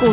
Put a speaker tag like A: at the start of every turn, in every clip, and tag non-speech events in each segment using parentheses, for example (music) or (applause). A: 股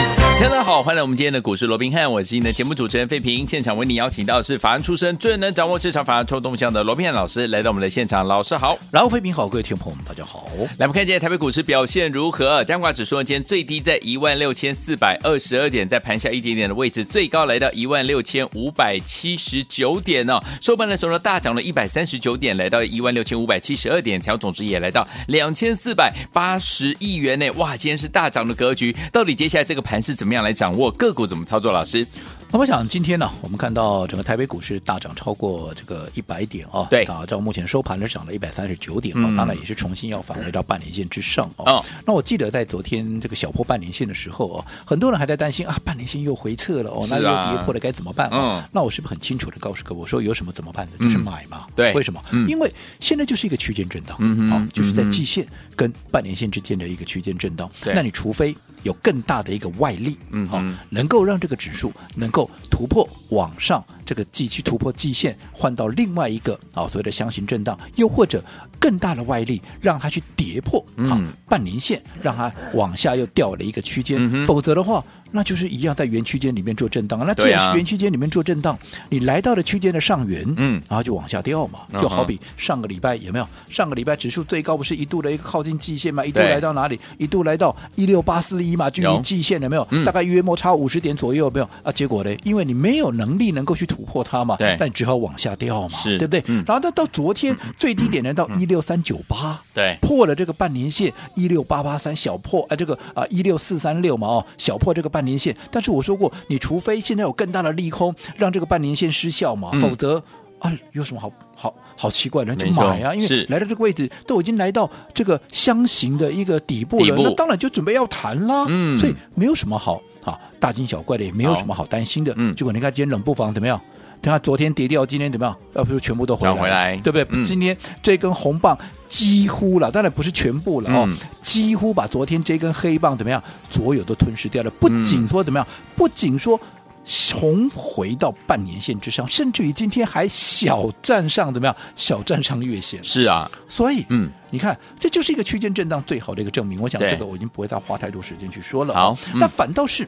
B: 大家好，欢迎来我们今天的股市罗宾汉，我是你的节目主持人费平。现场为你邀请到的是法案出身、最能掌握市场法案抽动向的罗宾汉老师，来到我们的现场。老师好，
C: 然后，飞平好，各位听众朋友们，大家好。
B: 来我们看今天台北股市表现如何？加挂指数呢今天最低在一万六千四百二十二点，在盘下一点点的位置，最高来到一万六千五百七十九点哦。收盘的时候呢，大涨了一百三十九点，来到一万六千五百七十二点，成交总值也来到两千四百八十亿元呢。哇，今天是大涨的格局，到底接下来这个盘是怎么样来掌握？个股怎么操作？老师，
C: 那我想今天呢，我们看到整个台北股市大涨超过这个一百点哦，
B: 对
C: 啊，到目前收盘呢涨了一百三十九点哦，
B: 嗯
C: 当然也是重新要返回到半年线之上哦。
B: 哦
C: 那我记得在昨天这个小破半年线的时候哦，很多人还在担心啊，半年线又回撤了哦，那
B: 是啊
C: 又跌破了该怎么办、哦？
B: 嗯
C: 那我是不是很清楚的告诉各位，我说有什么怎么办的，就是买嘛。
B: 对
C: 为什么？
B: 嗯
C: 因为现在就是一个区间震荡，
B: 嗯哼
C: 哦，就是在
B: 嗯哼
C: 季线跟半年线之间的一个区间震荡。
B: 对
C: 那你除非有更大的一个外力，
B: 嗯
C: 好、
B: 哼
C: 能够让这个指数能够突破往上这个季去突破季线，换到另外一个啊、所谓的箱型震荡，又或者更大的外力让它去跌破好、
B: 嗯
C: 半年线，让它往下又掉了一个区间，
B: 嗯哼
C: 否则的话，那就是一样在原区间里面做震荡。那既
B: 对
C: 然
B: 啊
C: 是原区间里面做震荡，你来到了区间的上缘，
B: 嗯
C: 然后就往下掉嘛，
B: 嗯哼
C: 就好比上个礼拜有没有？上个礼拜指数最高不是一度的一个靠近季线嘛，一度
B: 对
C: 来到哪里？一度来到一六八四一嘛，距离
B: 有
C: 季线有没有？
B: 嗯
C: 大概约莫差五十点左右，有没有啊？结果呢，因为你没有能力能够去突破它嘛，
B: 对
C: 那你只好往下掉嘛，
B: 是
C: 对不对？
B: 嗯
C: 然后到到昨天最低点呢，到一六三九八，
B: 对
C: 破了这个半年线一六八八三小破啊、呃这个啊一六四三六嘛哦，小破这个半年线。但是我说过，你除非现在有更大的利空，让这个半年线失效嘛，
B: 嗯
C: 否则啊有什么好好好奇怪的，那就
B: 没错
C: 买啊，因
B: 是
C: 为来到这个位置都已经来到这个箱型的一个底部
B: 底
C: 了，
B: 部
C: 那当然就准备要谈啦，
B: 嗯
C: 所以没有什么好啊大惊小怪的，也没有
B: 好
C: 什么好担心的。
B: 嗯
C: 结果你看今天冷不防怎么样？等下昨天跌掉，今天怎么样？要不是全部都回来
B: 涨回来
C: 对不对？
B: 嗯
C: 今天这根红棒几乎了，当然不是全部了哦，
B: 嗯
C: 几乎把昨天这根黑棒怎么样，所有都吞噬掉了。不仅说怎么样，不仅说。重回到半年线之上，甚至于今天还小站上怎么样？小站上月线，
B: 是啊，
C: 所以，
B: 嗯，
C: 你看，这就是一个区间震荡最好的一个证明。我想
B: 对
C: 这个我已经不会再花太多时间去说了。啊
B: 好嗯
C: 那反倒是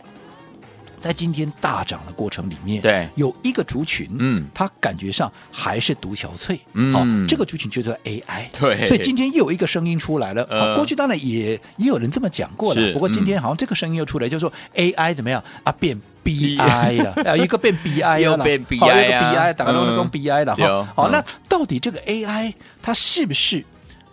C: 在今天大涨的过程里面，
B: 对
C: 有一个族群，
B: 嗯，
C: 它感觉上还是独憔悴。
B: 嗯
C: 好，这个族群叫做 AI。
B: 对
C: 所以今天又有一个声音出来了。
B: 呃
C: 好过去当然也也有人这么讲过
B: 是嗯
C: 了，不过今天好像这个声音又出来，就是说 AI 怎么样啊变。B I 了，啊，一个变 B I
B: 又
C: 了，
B: 变
C: 好
B: BI
C: 一个
B: 啊
C: B I，打个
B: 嗯
C: 都都 B I 了
B: 对
C: 哈
B: 哦。
C: 好，
B: 嗯
C: 那到底这个 AI 它是不是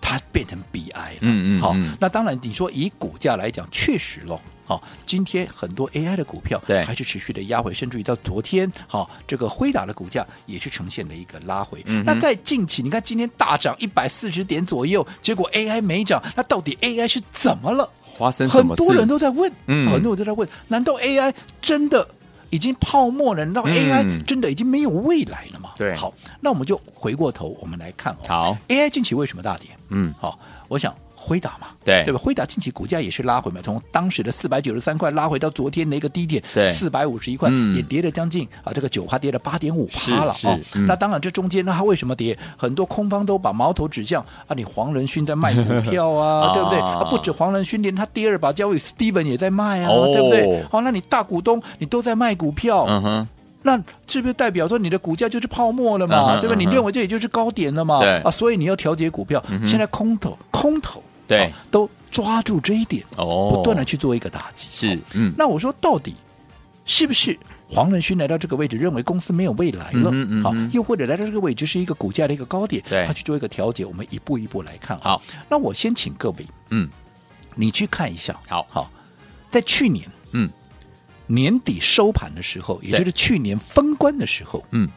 C: 它变成 BI 了？
B: 嗯嗯
C: 好
B: 嗯，
C: 那当然你说以股价来讲，确实咯。好，今天很多 AI 的股票
B: 对
C: 还是持续的压回，甚至于到昨天，好、这个辉达的股价也是呈现了一个拉回。
B: 嗯哼
C: 那在近期，你看今天大涨一百四十点左右，结果 AI 没涨，那到底 AI 是怎么了？
B: 花生什
C: 很
B: 么事？
C: 多人都在问，
B: 嗯
C: 很多人都在问，难道 AI 真的已经泡沫了？难道
B: 嗯
C: AI 真的已经没有未来了吗？
B: 对
C: 好，那我们就回过头，我们来看哦
B: 好，
C: ，AI 近期为什么大跌？
B: 嗯，
C: 好、我想辉达嘛，
B: 对
C: 对吧？辉达近期股价也是拉回嘛，从当时的四百九十三块拉回到昨天的一个低点，
B: 对
C: 四百五十一块，
B: 嗯
C: 也跌了将近啊，这个九趴跌了八点五
B: 是
C: 趴了
B: 是
C: 哦。
B: 嗯
C: 那当然，这中间那它为什么跌？很多空方都把矛头指向啊，你黄仁勋在卖股票
B: 啊 (laughs)
C: 啊，对不对？啊，不止黄仁勋，连他第二把交易 Steven 也在卖啊，
B: 哦
C: 对不对？好、那你大股东你都在卖股票，
B: 嗯哼，
C: 那是不是代表说你的股价就是泡沫了嘛？
B: 嗯哼
C: 对吧？你
B: 嗯哼
C: 认为这也就是高点了嘛？
B: 对
C: 啊，所以你要调节股票。
B: 嗯哼
C: 现在空头空头
B: 对
C: 啊都抓住这一点，
B: 哦，
C: 不断的去做一个打击。
B: 是
C: 好，
B: 嗯，
C: 那我说到底是不是黄仁勋来到这个位置，认为公司没有未来了？
B: 嗯哼嗯
C: 好
B: 哼，
C: 又或者来到这个位置是一个股价的一个高点，
B: 对
C: 他去做一个调节，我们一步一步来看。啊
B: 好，
C: 那我先请各位，
B: 嗯，
C: 你去看一下。
B: 好
C: 好，在去年，
B: 嗯，
C: 年底收盘的时候，也就是去年封关的时候，
B: 嗯，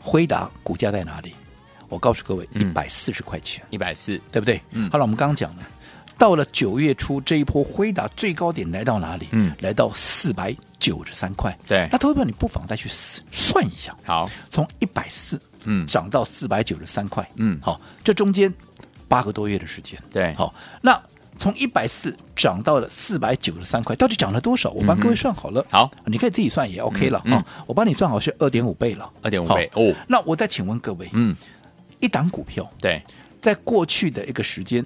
C: 辉达股价在哪里？我告诉各位，一
B: 嗯
C: 百四十块钱，
B: 一百四，
C: 对不对？
B: 嗯
C: 好了，我们刚刚讲了，到了九月初这一波辉达最高点来到哪里？
B: 嗯
C: 来到四百九十三块。
B: 对
C: 那投资朋友你不妨再去算算一下，
B: 好，
C: 从一百四
B: 嗯
C: 涨到四百九十三块，
B: 嗯
C: 好，这中间八个多月的时间。
B: 对
C: 好，那从一百四涨到了四百九十三块，到底涨了多少？我帮各位算好了。
B: 嗯好，
C: 你可以自己算也 OK 了啊、
B: 嗯嗯
C: 哦我帮你算好是二点五倍了，
B: 2.5
C: 好
B: 倍哦
C: 那我再请问各位，
B: 嗯，
C: 一档股票
B: 对，
C: 在过去的一个时间，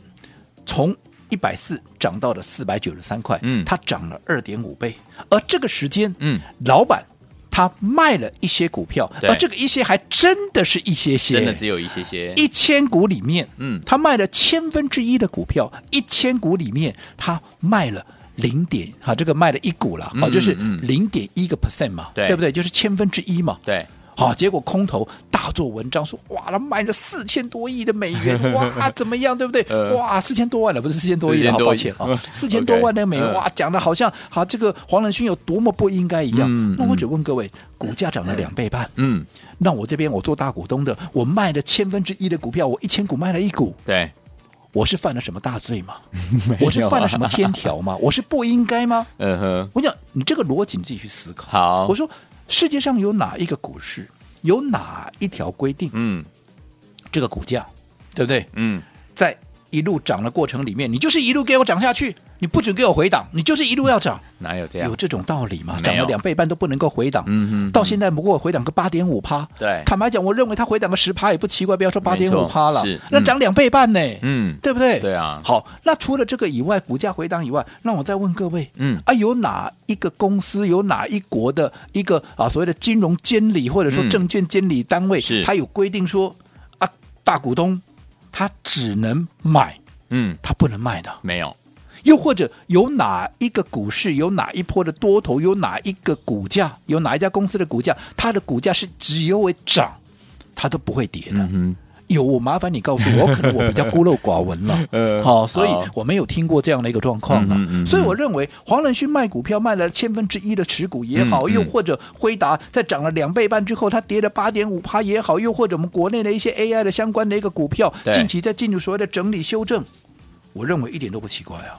C: 从一百四涨到了四百九十三块，
B: 嗯
C: 它涨了二点五倍，而这个时间，
B: 嗯，
C: 老板。他卖了一些股票，
B: 对
C: 而这个一些还真的是一些些，
B: 真的只有一些些，
C: 一千股里面，
B: 嗯
C: 他卖了千分之一的股票，一千股里面他卖了。零点啊，这个卖了一股了，
B: 嗯
C: 啊，就是
B: 嗯嗯
C: 零点一个 percent 嘛，
B: 对
C: 不对？就是千分之一嘛，
B: 对，
C: 好，结果空头大做文章说，哇，他卖了四千多亿的美
B: (laughs)
C: 元，哇，怎么样，对不对？
B: 呃
C: 哇，四千多万了，不是四千多亿了，
B: 4000
C: 好
B: 多亿嗯
C: 抱歉啊，四千多万的美元，
B: OK，嗯
C: 哇，讲的好像好这个黄仁勋有多么不应该一样。
B: 嗯
C: 那我只问各位，股价涨了两倍半，
B: 嗯，
C: 那我这边我做大股东的，我卖了千分之一的股票，我一千股卖了一股，
B: 对，
C: 我是犯了什么大罪吗？我是犯了什么天条吗？我是不应该吗？
B: 嗯哼，
C: 我讲你这个逻辑你自己去思考。
B: 好
C: 我，说世界上有哪一个股市，有哪一条规定，
B: 嗯
C: 这个股价，对不对？
B: 嗯，
C: 在一路涨的过程里面，你就是一路给我涨下去，你不准给我回档，你就是一路要涨。
B: 哪有这样
C: 有？这种道理吗？
B: 啊有
C: 涨了两倍半都不能够回档，
B: 嗯哼嗯
C: 到现在不过回档个八点五趴。
B: 对
C: 坦白讲，我认为它回档个十趴也不奇怪，不要说八
B: 没
C: 点五
B: 错
C: 趴了
B: 是嗯，
C: 那涨两倍半呢？
B: 嗯，
C: 对不对？
B: 对啊
C: 好，那除了这个以外，股价回档以外，那我再问各位，
B: 嗯
C: 啊，有哪一个公司，有哪一国的一个啊所谓的金融监理或者说
B: 嗯
C: 证券监理单位，
B: 是
C: 它有规定说啊，大股东他只能买，
B: 嗯，
C: 他不能卖的。
B: 没有，
C: 又或者有哪一个股市，有哪一波的多头，有哪一个股价，有哪一家公司的股价，它的股价是只有会涨，它都不会跌的。
B: 嗯，
C: 有，我麻烦你告诉我，可能我比较孤陋寡闻了
B: (laughs) 呃
C: 好，所以
B: 好
C: 我没有听过这样的一个状况啊
B: 嗯嗯嗯嗯
C: 所以我认为黄仁勋卖股票卖了千分之一的持股也好，
B: 嗯嗯
C: 又或者辉达在涨了两倍半之后，它跌了八点五趴也好，又或者我们国内的一些 AI 的相关的一个股票，
B: 对
C: 近期在进入所谓的整理修正，我认为一点都不奇怪啊，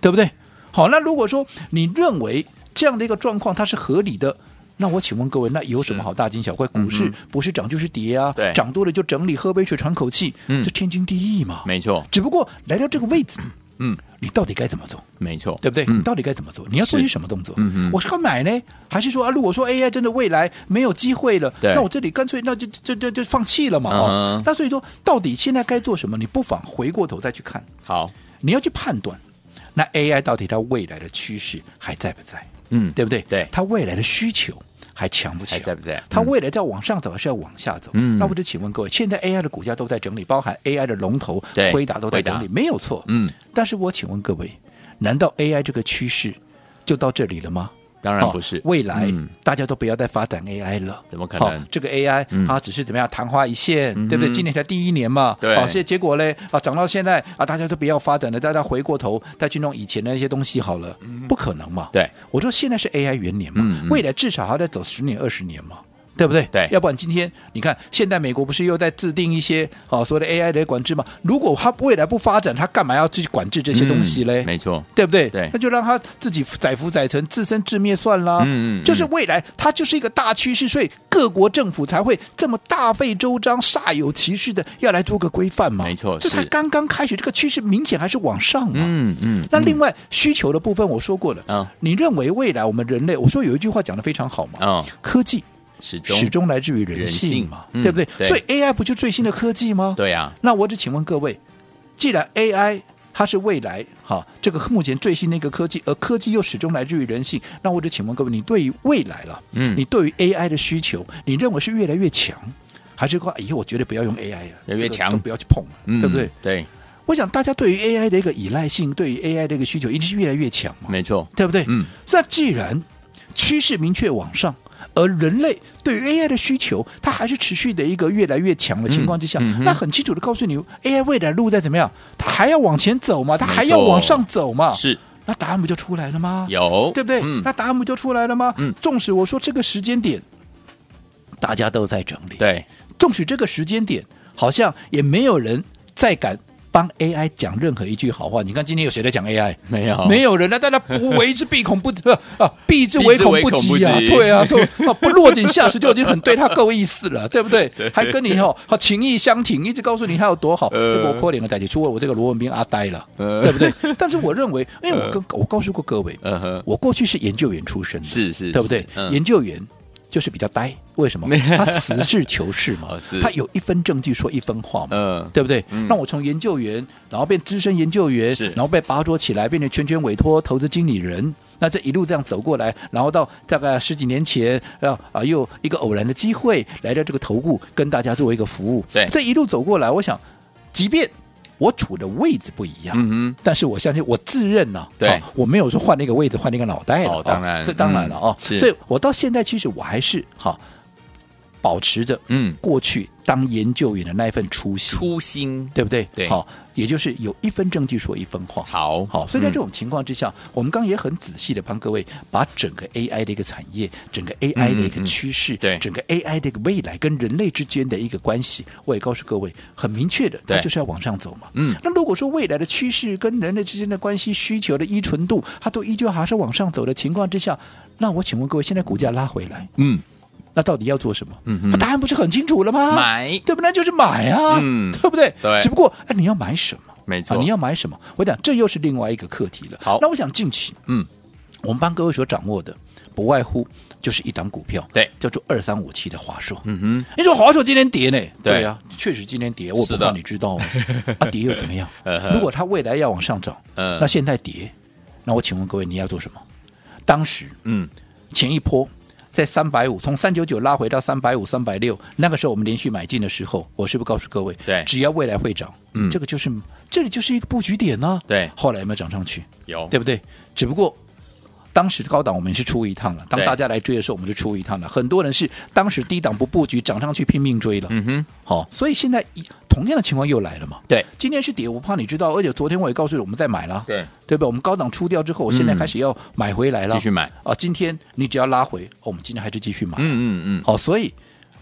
C: 对不对？好，那如果说你认为这样的一个状况它是合理的。那我请问各位，那有什么
B: 是嗯
C: 好大惊小怪？股市不是涨就是跌啊，
B: 对
C: 涨多了就整理，喝杯水喘口气，
B: 嗯
C: 这天经地义嘛。
B: 哼，没错，
C: 只不过来到这个位置，
B: 嗯，
C: 你到底该怎么做，
B: 没错，
C: 对不对？你
B: 嗯，
C: 到底该怎么做？你要做
B: 是
C: 些什么动作？
B: 嗯哼
C: 我是要买呢，还是说啊，如果说 AI 真的未来没有机会了，
B: 对
C: 那我这里干脆那就就就就放弃了嘛
B: 嗯哼
C: 哦。那所以说，到底现在该做什么？你不妨回过头再去看，
B: 好，
C: 你要去判断，那 AI 到底它未来的趋势还在不在？
B: 嗯，
C: 对不对？
B: 对
C: 它未来的需求还强不强？
B: 还在不在
C: 它
B: 嗯
C: 未来在往上走还是要往下走？
B: 嗯
C: 那我就请问各位，现在 AI 的股价都在整理，包含 AI 的龙头
B: 对
C: 辉达都在
B: 辉达
C: 整理，没有错。
B: 嗯，
C: 但是我请问各位，难道 AI 这个趋势就到这里了吗？
B: 当然
C: 哦
B: 不是，
C: 未来
B: 嗯
C: 大家都不要再发展 AI 了，
B: 怎么可能
C: 哦这个 AI
B: 嗯
C: 它只是怎么样昙花一现，
B: 嗯哼
C: 对不对？今年才第一年嘛，
B: 对
C: 哦，所以结果嘞啊，涨到现在啊，大家都不要发展了，大家回过头再去弄以前的那些东西好了，
B: 嗯
C: 不可能嘛。
B: 对，
C: 我说现在是 AI 元年嘛，
B: 嗯嗯
C: 未来至少还要再走十年二十年嘛。对不对？
B: 对
C: 要不然今天你看，现在美国不是又在制定一些啊所谓的 AI 的管制吗？如果它未来不发展，它干嘛要去管制这些东西嘞？哦
B: 嗯没错，
C: 对不对？
B: 对
C: 那就让他自己载浮载沉，自生自灭算啦。
B: 嗯嗯嗯
C: 就是未来它就是一个大趋势，所以各国政府才会这么大费周章、煞有其事的要来做个规范嘛。
B: 没错
C: 这才
B: 是
C: 刚刚开始，这个趋势明显还是往上嘛。
B: 嗯嗯，
C: 那
B: 嗯
C: 另外需求的部分，我说过了，
B: 嗯
C: 你认为未来我们人类，我说有一句话讲的非常好嘛，
B: 嗯，
C: 科技
B: 始终
C: 始终来自于人
B: 人
C: 性
B: 性
C: 嘛，
B: 嗯
C: 对不对？
B: 对
C: 所以 AI 不就最新的科技吗？
B: 对啊呀，
C: 那我只请问各位，既然 AI 它是未来哈，这个目前最新的一个科技，而科技又始终来自于人性，那我只请问各位，你对于未来了，
B: 嗯
C: 你对于 AI 的需求，你认为是越来越强，还是说以后我绝对不要用 AI 了，
B: 越来越
C: 这个
B: 强
C: 都不要去碰了，啊
B: 嗯，
C: 对不对？
B: 对，
C: 我想大家对于 AI 的一个依赖性，对于 AI 的一个需求，一定是越来越强嘛，
B: 没错，
C: 对不对？
B: 嗯，
C: 那既然趋势明确往上，而人类对于 AI 的需求，它还是持续的一个越来越强的情况之下，
B: 嗯嗯哼
C: 那很清楚的告诉你，AI 未来路在怎么样，它还要往前走嘛，它还要
B: 没错
C: 往上走嘛，
B: 是
C: 那答案不就出来了吗？
B: 有，
C: 对不对？
B: 嗯
C: 那，答案不就出来了吗？
B: 嗯
C: 纵使我说这个时间点，大家都在整理，
B: 对，
C: 纵使这个时间点好像也没有人再敢帮 AI 讲任何一句好话。你看今天有谁在讲 AI？
B: 没有
C: 没有人啊！大家不为之必恐不 (laughs) 啊，避之
B: 避
C: 唯
B: 之
C: 恐
B: 唯
C: 不
B: 恐不
C: 及啊！
B: 及
C: 对啊， (laughs) 对啊，不落井下石就已经很对他够意思了，对不 (laughs) 对
B: 对？
C: 还跟你哦，好情意相挺，一直告诉你他有多好，
B: 呃
C: 结果破脸的代际，除了我这个罗文斌阿呆了，
B: 呃
C: 对不对？但是我认为，因为我跟我告诉过各位
B: 嗯哼，
C: 我过去是研究员出身的，
B: 是是
C: 对不对
B: 是嗯？
C: 研究员就是比较呆，为
B: (laughs)
C: 什么？他实事求是嘛
B: 哦是，
C: 他有一分证据说一分话嘛，
B: 嗯，
C: 对不对
B: 嗯？
C: 让我从研究员，然后变资深研究员
B: 是，
C: 然后被拔擢起来，变成全权委托投资经理人。那这一路这样走过来，然后到大概十几年前，啊啊，又一个偶然的机会来到这个投顾，跟大家做一个服务。
B: 对
C: 这一路走过来，我想，即便我处的位置不一样，
B: 嗯哼，
C: 但是我相信，我自认呢、
B: 对
C: 啊我没有说换了一个位置，换了一个脑袋了，
B: 哦
C: 啊
B: 当然
C: 这当然了哦、
B: 嗯是
C: 所以我到现在其实我还是哈、保持着
B: 嗯，
C: 过去当研究员的那一份初心，
B: 初心
C: 对不对？
B: 对
C: 好、也就是有一分证据说一分话。
B: 好，
C: 好，所以在这
B: 嗯
C: 种情况之下，我们刚刚也很仔细的帮各位把整个 AI 的一个产业、整个 AI 的一个趋势、
B: 嗯对
C: 整个 AI 的一个未来跟人类之间的一个关系，我也告诉各位，很明确的，它
B: 对
C: 就是要往上走嘛。
B: 嗯
C: 那如果说未来的趋势跟人类之间的关系、需求的依存度，它都依旧还是往上走的情况之下，那我请问各位，现在股价拉回来，
B: 嗯，
C: 那到底要做什么？
B: 嗯哼
C: 那答案不是很清楚了吗？
B: 买
C: 对不对？那就是买啊，
B: 嗯
C: 对不对？
B: 对嗯
C: 只不过哎，你要买什么？
B: 没
C: 啊
B: 错，，
C: 你要买什么？我讲这又是另外一个课题了。
B: 好
C: 那我想近期，
B: 嗯，
C: 我们帮各位所掌握的，不外乎就是一档股票，
B: 对
C: 叫做二三五七的华硕。
B: 嗯哼，
C: 你说华硕今天跌呢？
B: 对啊
C: 呀、确实今天跌，我
B: 是
C: 不
B: 的
C: 怕你
B: (laughs)
C: 知道哦。啊，跌又怎么样
B: 呃呵？
C: 如果它未来要往上涨，
B: 嗯
C: 那现在跌，那我请问各位，你要做什么？当时
B: 嗯，
C: 前一波在三百五，从三九九拉回到三百五、三百六，那个时候我们连续买进的时候，我是不是告诉各位，
B: 对
C: 只要未来会涨，
B: 嗯
C: 这个就是这里就是一个布局点呢、
B: 对
C: 后来有没有涨上去？
B: 有，
C: 对不对？只不过。当时高档我们是出一趟了，当
B: 对
C: 大家来追的时候，我们就出一趟了。很多人是当时低档不布局，涨上去拼命追了。
B: 嗯哼，
C: 好、所以现在一同样的情况又来了嘛。
B: 对，
C: 哎今天是跌，我怕你知道，而且昨天我也告诉你我们在买了，
B: 对，
C: 对吧？我们高档出掉之后，我现在
B: 嗯
C: 开始要买回来了，
B: 继续买，
C: 啊，今天你只要拉回，哦我们今天还是继续
B: 嗯
C: 买。
B: 嗯嗯，
C: 好、所以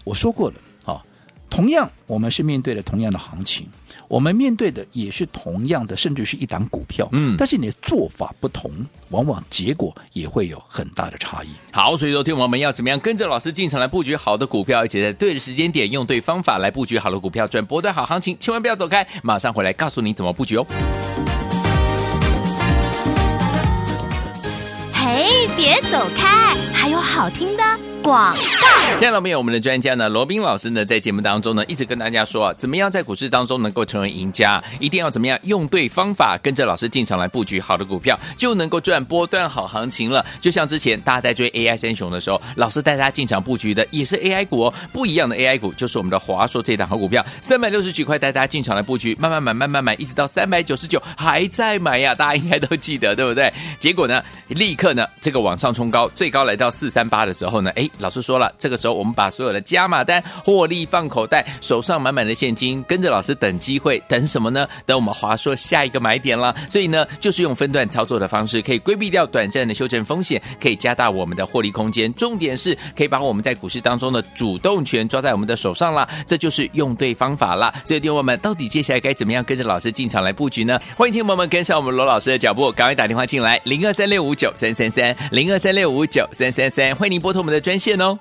C: 我说过了，好、同样我们是面对了同样的行情，我们面对的也是同样的，甚至是一档股票，
B: 嗯
C: 但是你的做法不同，往往结果也会有很大的差异。
B: 好，所以说听我们要怎么样跟着老师进场来布局好的股票，而且在对的时间点用对方法来布局好的股票，赚波段好行情，千万不要走开，马上回来告诉你怎么布局哦。
A: 嘿，别走开，还有好听的广。
B: 亲爱的朋友我们的专家呢，罗宾老师呢，在节目当中呢，一直跟大家说啊，怎么样在股市当中能够成为赢家，一定要怎么样用对方法，跟着老师进场来布局好的股票，就能够赚波段好行情了。就像之前大家在追 AI 三雄的时候，老师带大家进场布局的也是 AI 股哦，不一样的 AI 股就是我们的华硕这档好股票，三百六十几块带大家进场来布局，慢慢买，慢慢买，一直到三百九十九还在买呀，大家应该都记得对不对？结果呢，立刻呢这个往上冲高，最高来到四三八的时候呢，哎，老师说了，这个时候我们把所有的加码单获利放口袋，手上满满的现金，跟着老师等机会，等什么呢？等我们华硕下一个买点了。所以呢，就是用分段操作的方式，可以规避掉短暂的修正风险，可以加大我们的获利空间。重点是可以把我们在股市当中的主动权抓在我们的手上啦，这就是用对方法啦。所以，听众朋友们，到底接下来该怎么样跟着老师进场来布局呢？欢迎听众朋友们跟上我们罗老师的脚步，赶快打电话进来，零二三六五九三三三，零二三六五九三三三，欢迎您拨通我们的专线哦。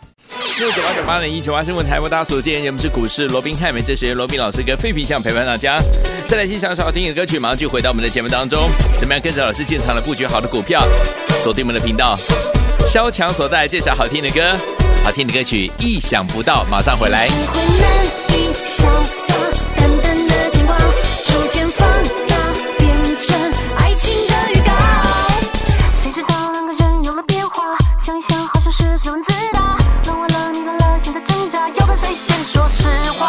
B: 六九八九八零一九八新闻台，我大家所见节目是股市罗宾汉，美这时间罗宾老师跟费皮相陪伴大家。再来欣赏一首好听的歌曲，马上就回到我们的节目当中。怎么样跟着老师进场来布局好的股票？锁定我们的频道，萧强所带来这首好听的歌，好听的歌曲意想不到，马上回来。
D: 喜欢难以潇洒，淡淡的情话逐渐放大，变成爱情的预告。谁知道两个人有了变化，想一想好像是自问自答。乱我了，你乱了，现在挣扎，要跟谁先说实话？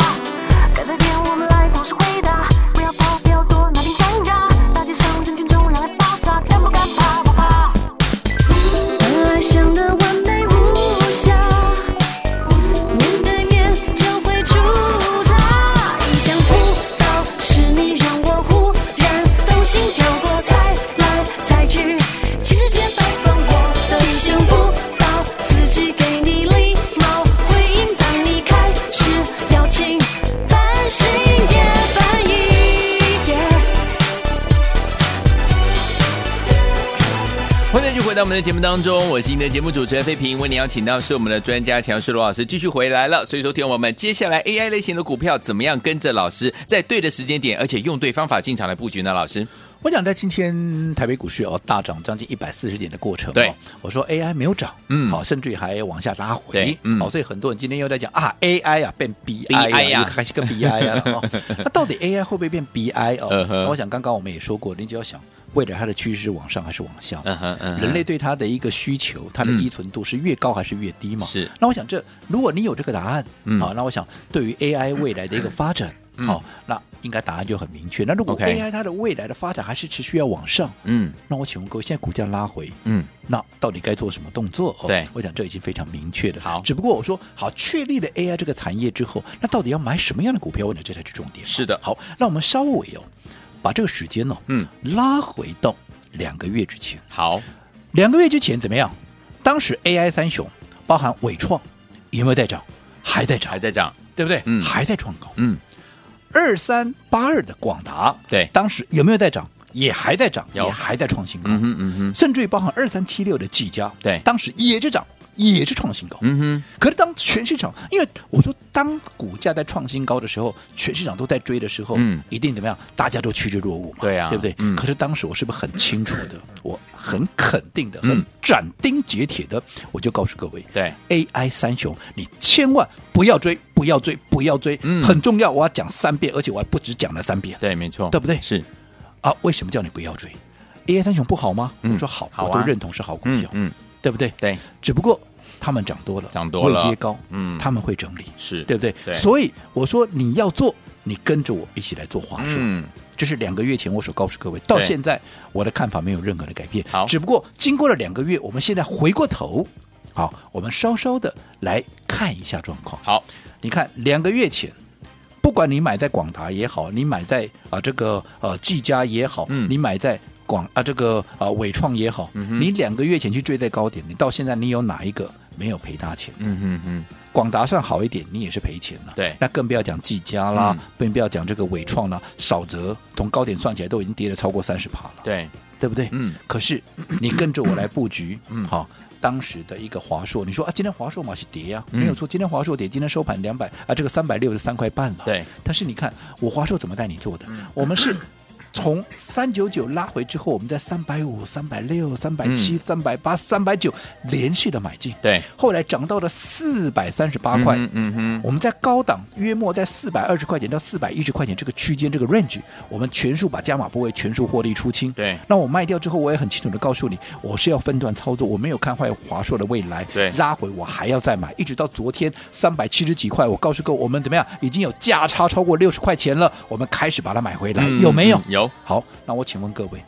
D: 改变我们来同时回答，不要跑，不要躲，哪里当家？大街上人群中让爱爆炸，敢不敢怕不怕？本来想的完美无瑕。面对面就会出差，意想不到是你让我忽然动心，跳过猜来猜去，情人节摆放我的意想不到，自己给
B: 我们的节目当中，我是您的节目主持人费平，为您邀请到是我们的专家强势罗老师继续回来了。所以说，听我们接下来 AI 类型的股票怎么样跟着老师在对的时间点，而且用对方法进场来布局呢？老师，
C: 我想在今天台北股市哦大涨将近一百四十点的过程、哦，
B: 对，
C: 我说 AI 没有涨，
B: 嗯
C: 好，甚至于还往下拉回哦
B: 对，嗯
C: 好，所以很多人今天又在讲啊 AI 啊变 BI 啊，
B: BI 啊
C: 又开始跟
B: (laughs)
C: BI 啊了哦，那到底 AI 会不会变 BI 哦？
B: 嗯哼
C: 那我想刚刚我们也说过，你只要想未来它的趋势是往上还是往下，
B: 嗯哼嗯哼
C: 人类对它的一个需求，它的
B: 嗯
C: 依存度是越高还是越低嘛？
B: 是
C: 那我想这，如果你有这个答案，
B: 嗯
C: 好，那我想对于 AI 未来的一个发展，好，那应该答案就很明确。那如果
B: OK
C: AI 它的未来的发展还是持续要往上，
B: 嗯
C: 那我请问各位，现在股价拉回，
B: 嗯，
C: 那到底该做什么动作？哦
B: 对
C: 我想这已经非常明确的。
B: 好
C: 只不过我说好，确立了 AI 这个产业之后，那到底要买什么样的股票？我想这才是重点。
B: 是的
C: 好，那我们稍微哦，把这个时间哦，
B: 嗯，
C: 拉回到两个月之前。
B: 好，
C: 两个月之前怎么样？当时 AI 三雄包含伟创有没有在涨？还在涨
B: 还，在涨，
C: 对不对？
B: 嗯
C: 还在创高。
B: 嗯，
C: 二三八二的广达，
B: 对
C: 当时有没有在涨？也还在涨，
B: 有
C: 也还在创新高。
B: 嗯哼嗯哼
C: 甚至于包含二三七六的技嘉，
B: 对
C: 当时也是涨，也是创新高。
B: 嗯哼，
C: 可是当全市场，因为我说当股价在创新高的时候，全市场都在追的时候，
B: 嗯
C: 一定怎么样？大家都趋之若鹜嘛，
B: 对啊
C: 对不对？
B: 嗯
C: 可是当时我是不是很清楚的，我很肯定的，
B: 嗯
C: 很斩钉截铁的，我就告诉各位，
B: 对，
C: AI 三雄，你千万不要追，不要追，不要追，
B: 嗯
C: 很重要，我要讲三遍，而且我还不止讲了三遍
B: 对，没错，
C: 对不对
B: 是，
C: 啊！为什么叫你不要追？AI 三雄不好吗？
B: 嗯
C: 我说好，
B: 好啊
C: 我都认同是好股
B: 嗯
C: 票，
B: 嗯，
C: 对不对？
B: 对，
C: 只不过他们涨多了，
B: 涨多了
C: 位阶高，
B: 嗯
C: 他们会整理，
B: 是，
C: 对不对？
B: 对
C: 所以我说你要做，你跟着我一起来做话术。
B: 嗯，
C: 这是两个月前我所告诉各位，到
B: 对
C: 现在我的看法没有任何的改变。
B: 好
C: 只不过经过了两个月，我们现在回过头，好，我们稍稍的来看一下状况。
B: 好，
C: 你看两个月前，不管你买在广达也好，你买在啊、这个呃技嘉也好，
B: 嗯
C: 你买在广啊、这个啊、伟创也好，
B: 嗯哼
C: 你两个月前去追在高点，你到现在你有哪一个没有赔大钱？
B: 嗯哼嗯，
C: 广达算好一点，你也是赔钱了。
B: 对
C: 那更不要讲技嘉啦
B: 嗯，
C: 更不要讲这个伟创啦，少则从高点算起来都已经跌了超过三十趴了，
B: 对，
C: 对不对？
B: 嗯，
C: 可是你跟着我来布局，
B: 嗯
C: 好、当时的一个华硕，你说啊，今天华硕嘛是跌呀、
B: 嗯
C: 没有错，今天华硕跌，今天收盘两百啊，这个三百六十三块半了。
B: 对，嗯
C: 但是你看我华硕怎么带你做的？我们是从三九九拉回之后，我们在三百五、三百六、三百七、三百八、三百九连续的买进，
B: 嗯对，
C: 后来涨到了四百三十八块。
B: 嗯嗯哼，
C: 我们在高档约莫在四百二十块钱到四百一十块钱这个区间这个 range，我们全数把加码部位全数获利出清。
B: 对
C: 那我卖掉之后，我也很清楚的告诉你，我是要分段操作，我没有看坏华硕的未来。
B: 对
C: 拉回我还要再买，一直到昨天三百七十几块，我告诉各位，我们怎么样，已经有价差超过六十块钱了，我们开始把它买回来，
B: 嗯
C: 有没有？
B: 嗯有，
C: 好，那我请问各位，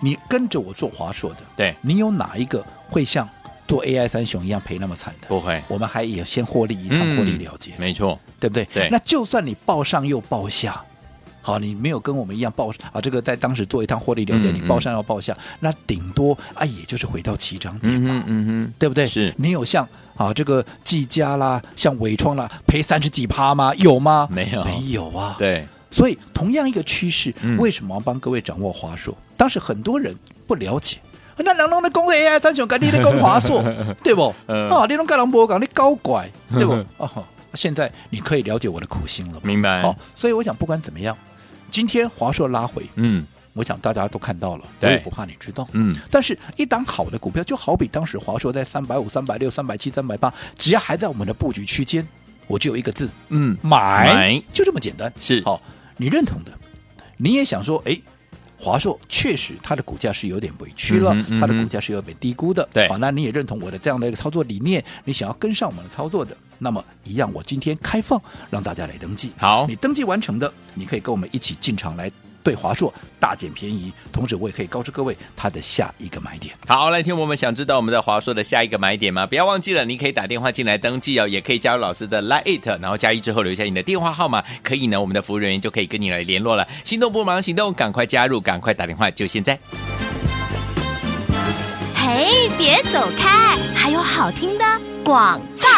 C: 你跟着我做华硕的，
B: 对，
C: 你有哪一个会像做 AI 三雄一样赔那么惨的？
B: 不会，
C: 我们还也先获利一趟，
B: 嗯
C: 获利了结，
B: 没错，
C: 对不对？
B: 对
C: 那就算你报上又报下，好，你没有跟我们一样报啊，这个在当时做一趟获利了结，
B: 嗯
C: 你报上要报下，那顶多啊，也就是回到起涨点。
B: 嗯哼嗯哼，
C: 对不对？
B: 是
C: 你有像啊这个技嘉啦，像伟创啦，赔三十几趴吗？有吗？
B: 没有
C: 没有啊。
B: 对，
C: 所以同样一个趋势，
B: 嗯
C: 为什么要帮各位掌握华硕？当时很多人不了解。那人拢咧讲 AI 三雄，跟你咧讲
B: (laughs)
C: 华硕，对不？
B: 嗯
C: 啊，你拢跟人无讲，你搞怪，对不？哦，现在你可以了解我的苦心了吧。
B: 明白，
C: 好，所以我想，不管怎么样，今天华硕拉回，
B: 嗯
C: 我想大家都看到了，我
B: 对
C: 也不怕你知道。
B: 嗯，
C: 但是，一档好的股票，就好比当时华硕在三百五、三百六、三百七、三百八，只要还在我们的布局区间，我只有一个字：
B: 嗯，
C: 买，
B: 买
C: 就这么简单。
B: 是
C: 好、你认同的，你也想说，哎。华硕确实，它的股价是有点委屈了，
B: 嗯哼嗯哼
C: 它的股价是有点低估的。
B: 对
C: 好，那你也认同我的这样的一个操作理念，你想要跟上我们的操作的，那么一样，我今天开放让大家来登记。
B: 好
C: 你登记完成的，你可以跟我们一起进场来对华硕大捡便宜，同时我也可以告诉各位它的下一个买点。
B: 好，来听我们想知道我们的华硕的下一个买点吗？不要忘记了，你可以打电话进来登记哦，也可以加入老师的 Line It，然后加一之后留下你的电话号码，可以呢，我们的服务人员就可以跟你来联络了。心动不忙行动，赶快加入，赶快打电话，就现在。
A: 嘿，别走开，还有好听的广告。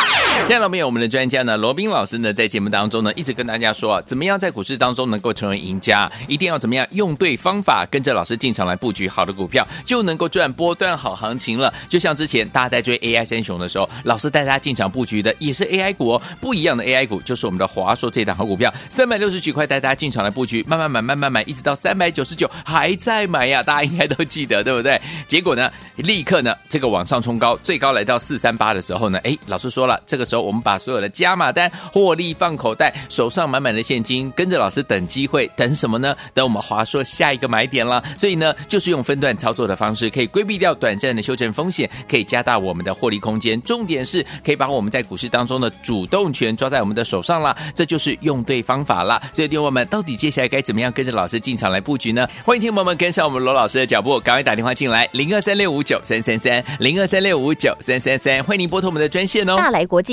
B: 亲爱的朋友我们的专家呢，罗宾老师呢，在节目当中呢，一直跟大家说啊，怎么样在股市当中能够成为赢家，一定要怎么样用对方法，跟着老师进场来布局好的股票，就能够赚波段好行情了。就像之前大家在追 AI 三雄的时候，老师带大家进场布局的也是 AI 股哦，不一样的 AI 股就是我们的华硕这档好股票，三百六十几块带大家进场来布局，慢慢买，慢慢买，一直到三百九十九还在买呀，大家应该都记得对不对？结果呢，立刻呢这个往上冲高，最高来到四三八的时候呢，哎，老师说了，这个时候我们把所有的加码单获利放口袋，手上满满的现金，跟着老师等机会，等什么呢？等我们华硕下一个买点了。所以呢，就是用分段操作的方式，可以规避掉短暂的修正风险，可以加大我们的获利空间。重点是可以把我们在股市当中的主动权抓在我们的手上啦，这就是用对方法啦。所以，听众朋友们，到底接下来该怎么样跟着老师进场来布局呢？欢迎听众朋友们跟上我们罗老师的脚步，赶快打电话进来，零二三六五九三三三，零二三六五九三三三，欢迎您拨通我们的专线哦。
A: 大来国际